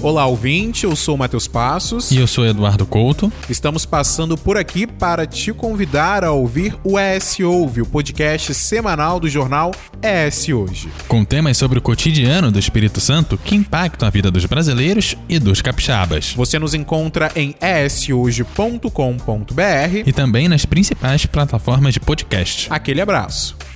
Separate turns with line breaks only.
Olá, ouvinte, eu sou o Matheus Passos.
E eu sou Eduardo Couto.
Estamos passando por aqui para te convidar a ouvir o ES Ouve, o podcast semanal do jornal ES Hoje.
Com temas sobre o cotidiano do Espírito Santo que impactam a vida dos brasileiros e dos capixabas.
Você nos encontra em eshoje.com.br
e também nas principais plataformas de podcast.
Aquele abraço.